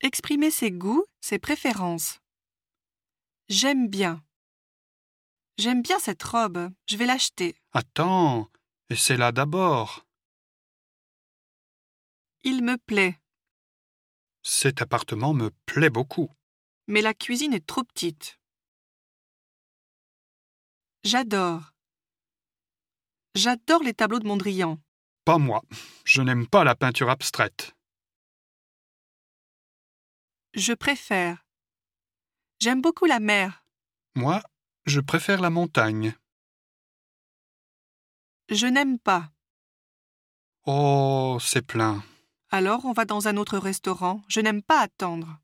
Exprimer ses goûts, ses préférences. J'aime bien. J'aime bien cette robe, je vais l'acheter. Attends, essaie-la d'abord. Il me plaît, Cet appartement me plaît beaucoup. mais la cuisine est trop petite. J'adore. J'adore les tableaux de Mondrian. Pas moi. Je n'aime pas la peinture abstraite. Je préfère. J'aime beaucoup la mer. Moi, je préfère la montagne. Je n'aime pas. Oh, c'est plein. Alors on va dans un autre restaurant. Je n'aime pas attendre.